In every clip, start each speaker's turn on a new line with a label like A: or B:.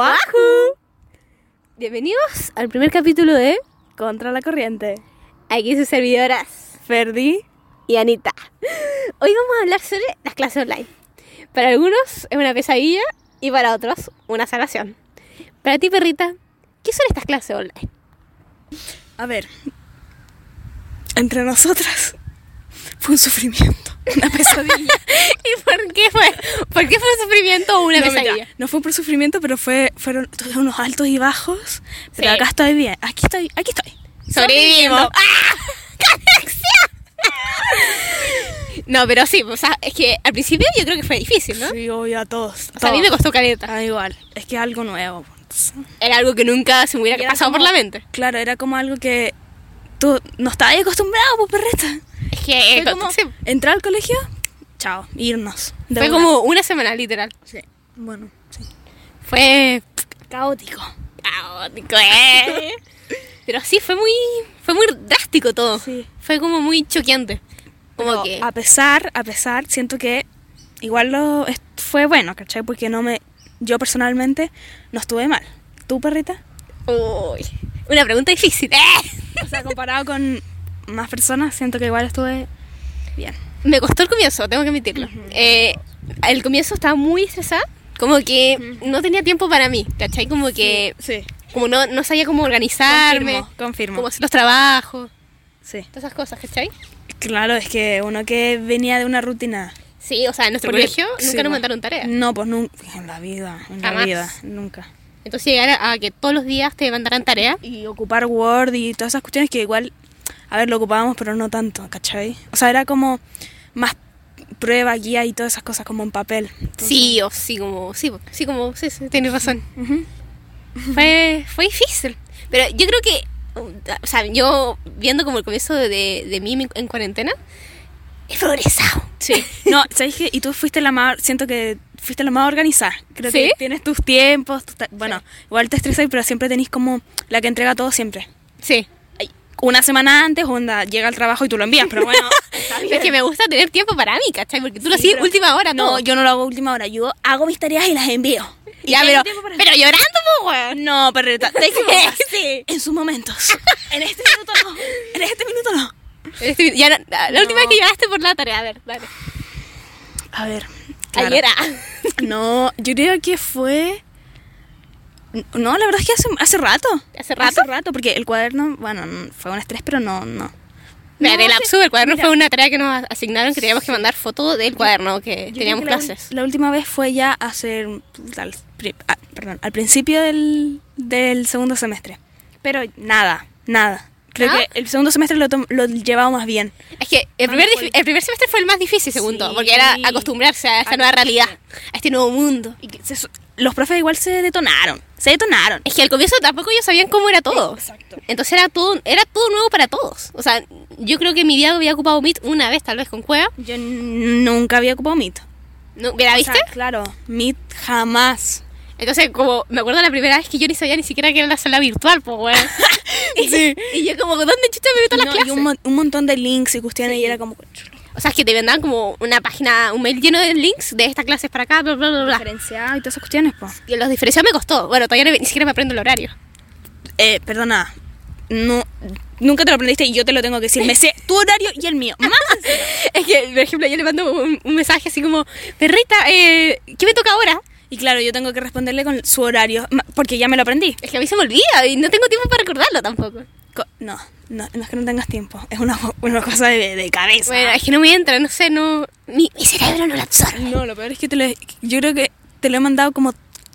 A: ¡Oahu!
B: Bienvenidos al primer capítulo de
A: Contra la corriente.
B: Aquí sus servidoras
A: Ferdi.
B: y Anita. Hoy vamos a hablar sobre las clases online. Para algunos es una pesadilla y para otros una salvación. Para ti, perrita, ¿qué son estas clases online?
A: A ver. Entre nosotras fue un sufrimiento, una pesadilla.
B: ¿Y por qué fue? ¿Por qué fue un sufrimiento o una
A: no,
B: pesadilla?
A: mentira, no fue por sufrimiento, pero fue fueron tuvieron unos altos y bajos. Pero
B: Sí.
A: acá estoy bien. Aquí estoy, aquí estoy.
B: Sobrevivimos. ¡Ah! ¡Conexión! No, pero sí, o sea, es que al principio yo creo que fue difícil, ¿no?
A: Sí, obvio, a todos.
B: O sea, a mí me
A: todos.
B: costó caleta.
A: Ah, igual. Es que algo nuevo. pues.
B: Era algo que nunca se me hubiera
A: Era
B: pasado
A: como-
B: por la mente.
A: Claro, era como algo que tú no estabas acostumbrado, pues perreta.
B: Es que eh,
A: Fue
B: co-
A: como
B: sí,
A: entrar al colegio, chao, irnos. De
B: fue
A: una.
B: como una semana, literal.
A: Sí, bueno, sí.
B: Fue
A: Caótico.
B: caótico, ¿eh? Pero sí, fue muy, fue muy drástico todo.
A: Sí.
B: Fue como muy choqueante. Como
A: Pero
B: que...
A: A pesar, a pesar, siento que igual lo es- fue bueno, ¿cachai? Porque no me, yo personalmente no estuve mal. ¿Tú, perrita?
B: Uy, una pregunta difícil. ¿eh?
A: O sea, comparado con más personas, siento que igual estuve bien.
B: Me costó el comienzo, tengo que admitirlo. Eh, al comienzo estaba muy estresada. Como que no tenía tiempo para mí, ¿cachai? Como que...
A: Sí.
B: Como no, no sabía cómo organizarme.
A: Confirmo, confirmo.
B: Cómo hacer los trabajos.
A: Sí.
B: Todas esas cosas, ¿cachai?
A: Claro, es que uno que venía de una rutina.
B: Sí, o sea, en nuestro
A: Porque-
B: colegio nunca
A: sí,
B: nos
A: bueno.
B: mandaron tareas.
A: No, pues nunca. En la vida, en la
B: Jamás.
A: vida, nunca.
B: Entonces llegar a, a que todos los días te mandaran tareas.
A: y ocupar Word y todas esas cuestiones que igual, a ver, lo ocupábamos, pero no tanto, ¿cachai? O sea, era como más prueba, guía y todas esas cosas como en papel. Entonces,
B: Sí, o sí, como, sí, po, sí, como, sí, sí, tienes razón.
A: ujú.
B: Fue, fue difícil. Pero yo creo que, o sea, yo viendo como el comienzo de, de mí en cuarentena, he progresado.
A: Sí. No, ¿sabes qué? Y tú fuiste la más, siento que fuiste la más organizada. Creo que
B: ¿Sí?
A: tienes tus tiempos, tus ta- bueno, igual te estresas, pero siempre tenés como la que entrega todo siempre.
B: Sí.
A: Ay, Una semana antes, onda, llega al trabajo y tú lo envías, pero bueno. está bien.
B: Es que me gusta tener tiempo para mí, ¿cachai? Porque tú lo
A: Sí,
B: haces
A: pero-
B: última hora,
A: No,
B: todo.
A: yo no lo hago a última hora, yo hago mis tareas y las envío. Y
B: ya,
A: tengo
B: pero,
A: tiempo para-
B: pero llorando, pues, weón.
A: No, perreta. ¿sabes qué pasa?
B: Sí.
A: En sus momentos. en este minuto no. En este minuto no.
B: Este- ya la, la última vez que lloraste por la tarea, a ver, dale.
A: A ver.
B: Ayer ah.
A: claro. No, yo creo que fue. No, la verdad es que hace, hace rato.
B: ¿Hace rato?
A: Hace rato, porque el cuaderno, bueno, n- fue un estrés, pero no, no.
B: Mira,
A: No,
B: el
A: sí.
B: absurdo, el cuaderno
A: Mira,
B: fue una tarea que nos asignaron que teníamos que mandar fotos del cuaderno que
A: yo creo
B: teníamos
A: que la ul-
B: clases.
A: La, última vez fue ya hace. Al, pri- ah, perdón, al principio del, del segundo semestre. Pero nada, nada. Creo
B: ¿Ah?
A: que el segundo semestre lo, tom- lo llevaba más bien.
B: Es que el primer, difi- el primer semestre fue el más difícil, según
A: Sí.
B: todo, porque era acostumbrarse a esta nueva realidad, a este nuevo mundo.
A: Y que se su- los profes igual se detonaron. Se detonaron.
B: Es que al comienzo tampoco ellos sabían cómo era todo.
A: Exacto.
B: Entonces era todo, era todo nuevo para todos. O sea, yo creo que mi día había ocupado Meet una vez, tal vez con Cueva.
A: Yo n- nunca había ocupado Meet.
B: ¿No? ¿La
A: O
B: viste?
A: sea, claro, Meet jamás.
B: Entonces, como me acuerdo la primera vez que yo ni sabía ni siquiera que era la sala virtual, pues, weón. y, y yo como, ¿dónde chucha me meto a las
A: No, y
B: clases?
A: un, mon- un montón de links y cuestiones y era como
B: O sea, es que te vendan como una página, un mail lleno de links de estas clases para acá, bla, bla, bla, bla.
A: diferenciado y todas esas cuestiones, pues.
B: Y los diferenciados me costó. Bueno, todavía ni- ni siquiera me aprendo el horario.
A: Eh, perdona. No, nunca te lo aprendiste y yo te lo tengo que decir. Me sé tu horario y el mío. Más encima.
B: Es que, por ejemplo, yo le mando un, un mensaje así como, perrita, eh, ¿qué me toca ahora?
A: Y claro, yo tengo que responderle con su horario, ma- porque ya me lo aprendí.
B: Es que a mí se me olvida y no tengo tiempo para recordarlo tampoco.
A: Co- no, no, no es que no tengas tiempo. Es una, una cosa de, de cabeza.
B: Bueno, es que no me entra, no sé, no... Mi, mi cerebro no lo absorbe.
A: No, lo peor es que te lo, yo creo que te lo he mandado como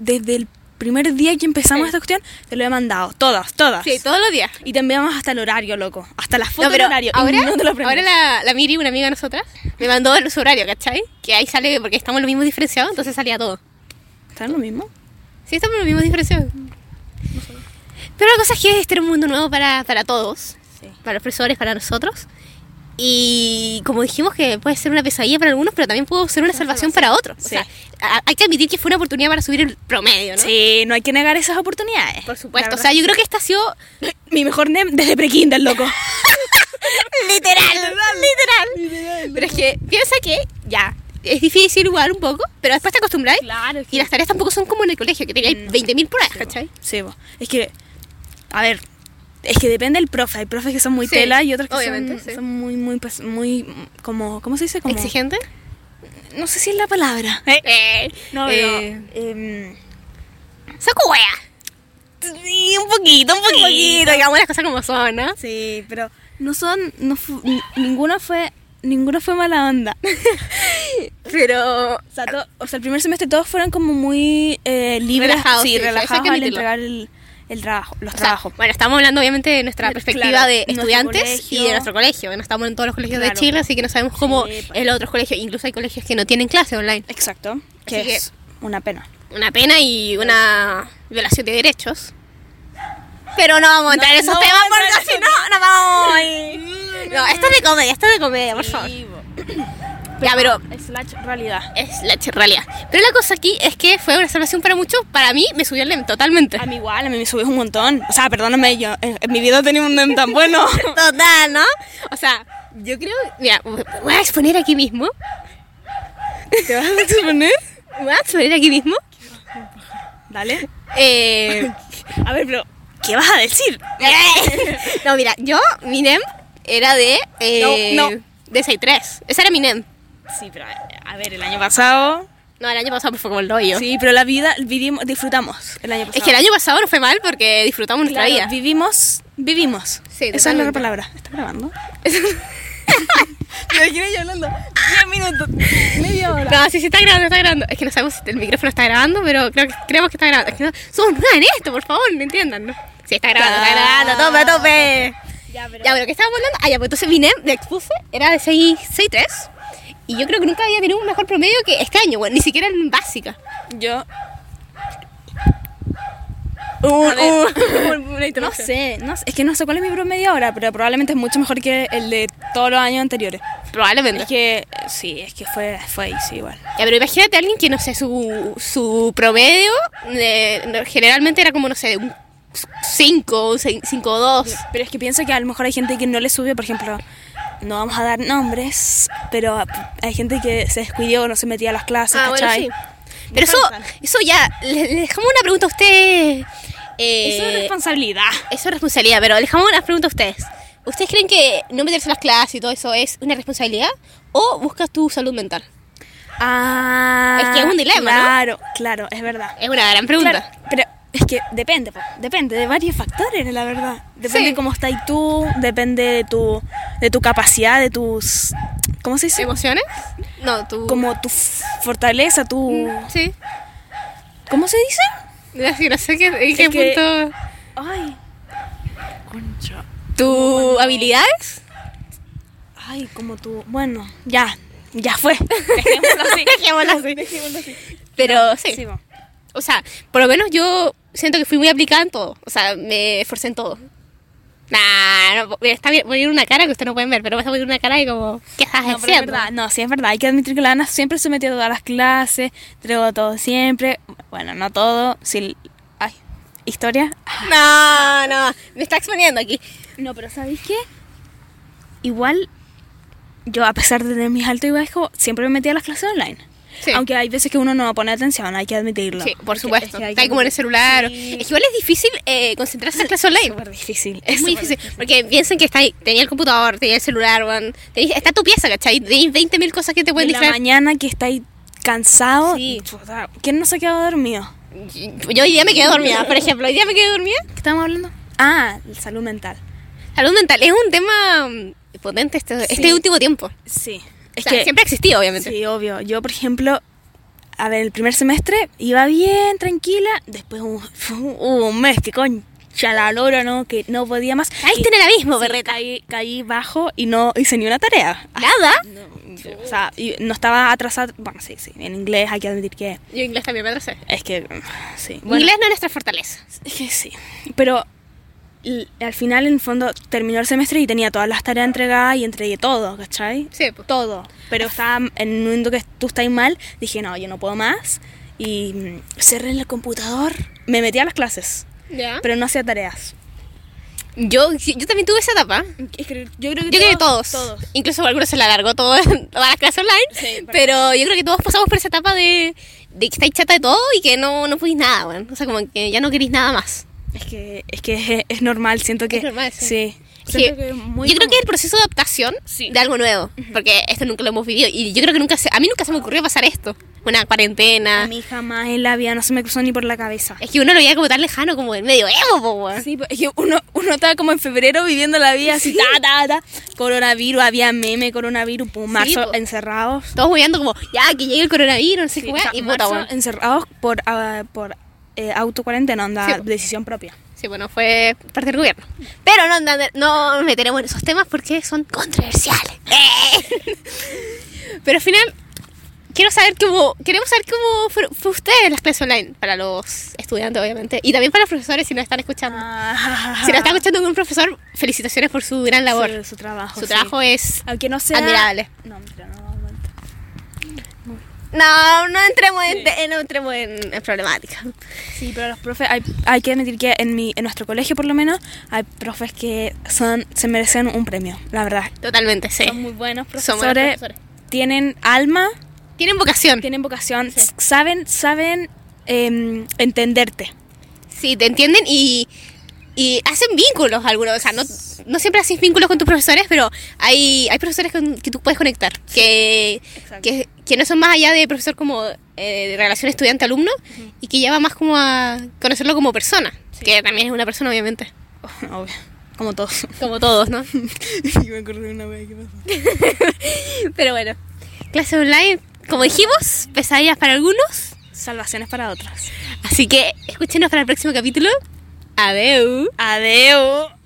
A: desde el primer día que empezamos
B: Sí.
A: esta cuestión, te lo he mandado, todas, todas.
B: Sí, todos los días.
A: Y te enviamos hasta el horario, loco, hasta las fotos
B: Ah, No,
A: del horario. y
B: ahora,
A: no te lo
B: ahora
A: aprendes.
B: la, la Miri, una amiga de nosotras, me mandó el su horario, ¿cachai? Que ahí sale, porque estamos los mismos diferenciados, entonces salía todo.
A: ¿Está en lo mismo?
B: Sí, estamos en los mismos diferenciados. Pero la cosa es que este era un mundo nuevo para, para todos,
A: Sí.
B: para los profesores, para nosotros. Y como dijimos que puede ser una pesadilla para algunos, pero también puede ser una salvación para otros. O
A: Sí.
B: sea, a- hay que admitir que fue una oportunidad para subir el promedio, ¿no?
A: Sí, no hay que negar esas oportunidades.
B: Por supuesto. O sea, yo creo que esta ha sido
A: mi mejor NEM desde pre-kinder, loco.
B: literal, literal. Pero es que piensa que ya, es difícil igual un poco, pero después te acostumbráis.
A: Claro, es
B: Y las tareas tampoco son como en el colegio, que teníais
A: No.
B: 20.000 por hora,
A: Sí,
B: ¿cachai?
A: po. Sí, po. es que, a ver, es que depende del profe. Hay profes que son muy
B: Sí,
A: tela y otros que son,
B: obviamente, sí.
A: son muy, muy, pes- muy, mm, como, ¿cómo se dice? Como,
B: ¿Exigente?
A: No sé si es la palabra. Eh,
B: Eh,
A: No, pero,
B: eh,
A: em,
B: ¡Saco hueá!
A: sí, un poquito, un poquito.
B: Y digamos las cosas como son, ¿no?
A: Sí, pero no son, no fu- ni- ninguno fue, ninguno fue mala onda.
B: Pero
A: O sea, to- o sea, el primer semestre todos fueron como muy eh, libres,
B: Relajados, sí,
A: sí,
B: eso hay que
A: relajados al
B: admitirlo.
A: entregar el, el trabajo, los
B: O sea,
A: trabajos.
B: bueno, estamos hablando obviamente de nuestra
A: Claro,
B: perspectiva de
A: nuestro
B: estudiantes y
A: colegio.
B: de nuestro colegio. No estamos en todos los colegios de
A: Claro.
B: Chile, así que no sabemos cómo
A: Sí, pues.
B: el otro colegio. Incluso hay colegios que no tienen clase online.
A: Exacto, que
B: Así que-
A: es una pena.
B: Una pena y una violación de derechos. Pero no vamos a entrar en esos
A: no Mm, vamos
B: temas
A: a entrar en
B: porque si no, nos vamos. No, esto es de comedia, esto es de comedia, por favor. ya, pero
A: Slash realidad.
B: es la ch- realidad. Pero la cosa aquí es que fue una salvación para muchos. Para mí, me subió el NEM totalmente.
A: A mí igual, a mí me subió un montón. O sea, perdóname, yo en, en mi vida he tenido un NEM tan bueno.
B: Total, ¿no? O sea, yo creo. Mira, voy a exponer aquí mismo.
A: ¿Te vas a exponer?
B: Voy a exponer aquí mismo.
A: Dale.
B: Eh,
A: A ver, pero, ¿qué vas a decir?
B: no, mira, yo, mi NEM era de. eh,
A: No, no.
B: De 6-3. Ese era mi NEM.
A: Sí, pero, a ver, el año pasado...
B: No, el año pasado fue como el rollo.
A: Sí, pero la vida vivimos, disfrutamos el año pasado.
B: Es que el año pasado no fue mal porque disfrutamos nuestra
A: Claro,
B: vida.
A: Vivimos, vivimos.
B: Sí,
A: Esa es la
B: totalmente.
A: palabra. ¿Está grabando? Me imagino yo hablando 10 minutos, media hora.
B: No, sí, sí está grabando, está grabando. Es que no sabemos si el micrófono está grabando, pero creo que, creemos que está grabando. Es que no, somos nuevas en esto, por favor, me entiendan, ¿no? Sí, está grabando, está grabando, tope, a tope.
A: Ya, pero...
B: Ya, pero ¿qué estábamos hablando? Ah, ya, pues entonces mi NEM de expuse era de 6 6.3 y yo creo que nunca había tenido un mejor promedio que este año, bueno, ni siquiera en básica.
A: Yo...
B: Un-
A: ver.
B: un- una
A: No
B: introducción.
A: sé, no sé, es que no sé cuál es mi promedio ahora, pero probablemente es mucho mejor que el de todos los años anteriores.
B: Probablemente.
A: Es que, sí, es que fue, fue ahí, sí, igual.
B: Ya, pero imagínate a alguien que, no sé, su, su promedio eh, no, generalmente era como, no sé, un 5, 5 2.
A: Pero es que pienso que a lo mejor hay gente que no le subió, por ejemplo, no vamos a dar nombres, pero hay gente que se descuidó, no se metía a las clases,
B: Ah, bueno,
A: ¿cachai?
B: sí. Pero eso,
A: Descansan.
B: eso ya, le, le dejamos una pregunta a ustedes. Eh,
A: Eso es responsabilidad.
B: Eso es responsabilidad, pero les dejamos una pregunta a ustedes. ¿Ustedes creen que no meterse a las clases y todo eso es una responsabilidad? ¿O buscas tu salud mental?
A: Ah,
B: Es que es un dilema, ¿no?
A: claro, Claro, es verdad.
B: Es una gran pregunta.
A: Claro, pero es que depende, po, depende de varios factores, la verdad. Depende
B: Sí.
A: de cómo estás tú, depende de tu, de tu capacidad, de tus... ¿Cómo se dice?
B: ¿Emociones? No, tu...
A: Como tu f- fortaleza, tu...
B: Sí.
A: ¿Cómo se dice?
B: No sé, no sé qué, en qué
A: Es que-
B: punto...
A: Ay. Concha.
B: ¿Tu habilidades?
A: Ay, como tú. Bueno, ya, ya fue.
B: Dejémoslo así. Pero sí.
A: Sí, po.
B: O sea, por lo menos yo siento que fui muy aplicada en todo. O sea, me esforcé en todo. Nah, no, me está bien- poniendo una cara que ustedes no pueden ver, pero me está poniendo una cara de como, ¿qué estás
A: No, pero es
B: haciendo?
A: verdad, no, sí es verdad. Hay que admitir que la Ana siempre se metió a todas las clases, entregó todo siempre. Bueno, no todo. Sí, ay, historia.
B: No, no, me está exponiendo aquí.
A: No, pero ¿sabéis qué? Igual, yo a pesar de tener mis altos y bajos, siempre me metía a las clases online.
B: Sí.
A: Aunque hay veces que uno no pone atención, hay que admitirlo.
B: Sí, por
A: Porque es
B: supuesto.
A: que hay
B: Está ahí
A: que-
B: como en el celular.
A: Sí.
B: Es que igual es difícil eh, concentrarse en clase online.
A: súper difícil.
B: Es muy
A: súper
B: difícil, porque piensen que está ahí, tenía el computador, tenía el celular, weón, tenía- está tu pieza, ¿cachai? Tenéis 20.000 cosas que te pueden
A: en la
B: distraer.
A: mañana que estáis cansado.
B: Sí.
A: Chuta, ¿Quién no se ha quedado dormido?
B: Yo hoy día me quedé dormida, por ejemplo, hoy día me quedé dormida.
A: ¿Qué estábamos hablando? Ah, salud mental.
B: Salud mental es un tema mm, potente este, este
A: Sí.
B: último tiempo.
A: Sí.
B: Es que siempre ha existido, obviamente.
A: Sí, obvio. Yo, por ejemplo, a ver, el primer semestre iba bien, tranquila. Después hubo, hubo un mes que concha la lora, ¿no? Que no podía más.
B: Caíste
A: Y-
B: en el abismo,
A: sí,
B: berreta.
A: caí, caí bajo y no hice ni una tarea. Ah,
B: Nada.
A: O sea, y no estaba atrasada. Bueno, sí, sí. En inglés hay que admitir que.
B: Yo inglés también me atrasé.
A: Es que. Sí.
B: Inglés no es nuestra fortaleza.
A: Es que sí. Pero l- al final, en el fondo, terminó el semestre y tenía todas las tareas entregadas y entregué todo, ¿cachai?
B: Sí, pues.
A: Todo. Pero estaba en un momento que tú estás mal, dije, no, yo no puedo más. Y mm, cerré el computador, me metí a las clases,
B: Ya.
A: pero no hacía tareas.
B: Yo, yo también tuve esa etapa.
A: Es que yo creo que
B: Yo creo que todos.
A: todos.
B: Incluso algunos se la alargó todo en todas las clases online.
A: Sí, para-
B: pero yo creo que todos pasamos por esa etapa de, de que estáis chata de todo y que no, no pudís nada, weón. O sea, como que ya no querís nada más.
A: Es que es, que es, es normal, siento que...
B: Es normal, sí. Es
A: Siento
B: que
A: que es muy
B: yo creo que
A: común.
B: es el proceso de adaptación
A: Sí.
B: de algo nuevo. Porque esto nunca lo hemos vivido. Y yo creo que nunca se, a mí nunca se me ocurrió pasar esto. Una cuarentena.
A: A mí jamás en la vida no se me cruzó ni por la cabeza.
B: Es que uno lo veía como tan lejano, como en medio evo, po, weón.
A: Sí, pues, es que uno, uno estaba como en febrero viviendo la vida así, ta, ta, ta. Coronavirus, había meme, coronavirus, pum, marzo
B: pues.
A: encerrados.
B: Todos moviendo como, ya, que llegue el coronavirus, no sé qué,
A: Sí,
B: weón.
A: o sea,
B: Y puta,
A: marzo
B: weón.
A: encerrados por, ah, por eh, autocuarentena, onda,
B: Sí, pues.
A: decisión propia.
B: Sí, bueno, fue parte del gobierno. Pero no, no, no nos meteremos en esos temas porque son controversiales. ¡Eh! Pero al final, quiero saber cómo, queremos saber cómo fue, fue ustedes las clases online para los estudiantes, obviamente. Y también para los profesores si nos están escuchando. Si nos están escuchando algún profesor, felicitaciones por su gran labor.
A: Ah, Su, su trabajo.
B: su
A: sí.
B: trabajo es...
A: Aunque no sea.
B: admirable.
A: No, mentira, no aguanta.
B: No, no entremos en, te- no entremos en, en problemática.
A: Sí, pero los profes, hay, hay que admitir que en, mi, en nuestro colegio, por lo menos, hay profes que son se merecen un premio, la verdad.
B: Totalmente, sí.
A: Son muy buenos
B: Son
A: profesores,
B: buenos profesores. Mm.
A: tienen alma,
B: Tienen vocación.
A: tienen vocación, s- saben, saben em, entenderte.
B: Sí, te entienden y, y hacen vínculos algunos. O sea, no, no siempre haces vínculos con tus profesores, pero hay, hay profesores con que tú puedes conectar, que,
A: exacto.
B: que, que no son más allá de profesor como eh, de relación estudiante-alumno y que lleva más como a conocerlo como persona, que también es una persona, obviamente. Oh,
A: Obvio, como todos.
B: Como todos, ¿no?
A: me acordé de una vez que pasó.
B: pero bueno, clases online, como dijimos, pesadillas para algunos.
A: Salvaciones para otros.
B: Así que escúchenos para el próximo capítulo. Adeu.
A: Adeo.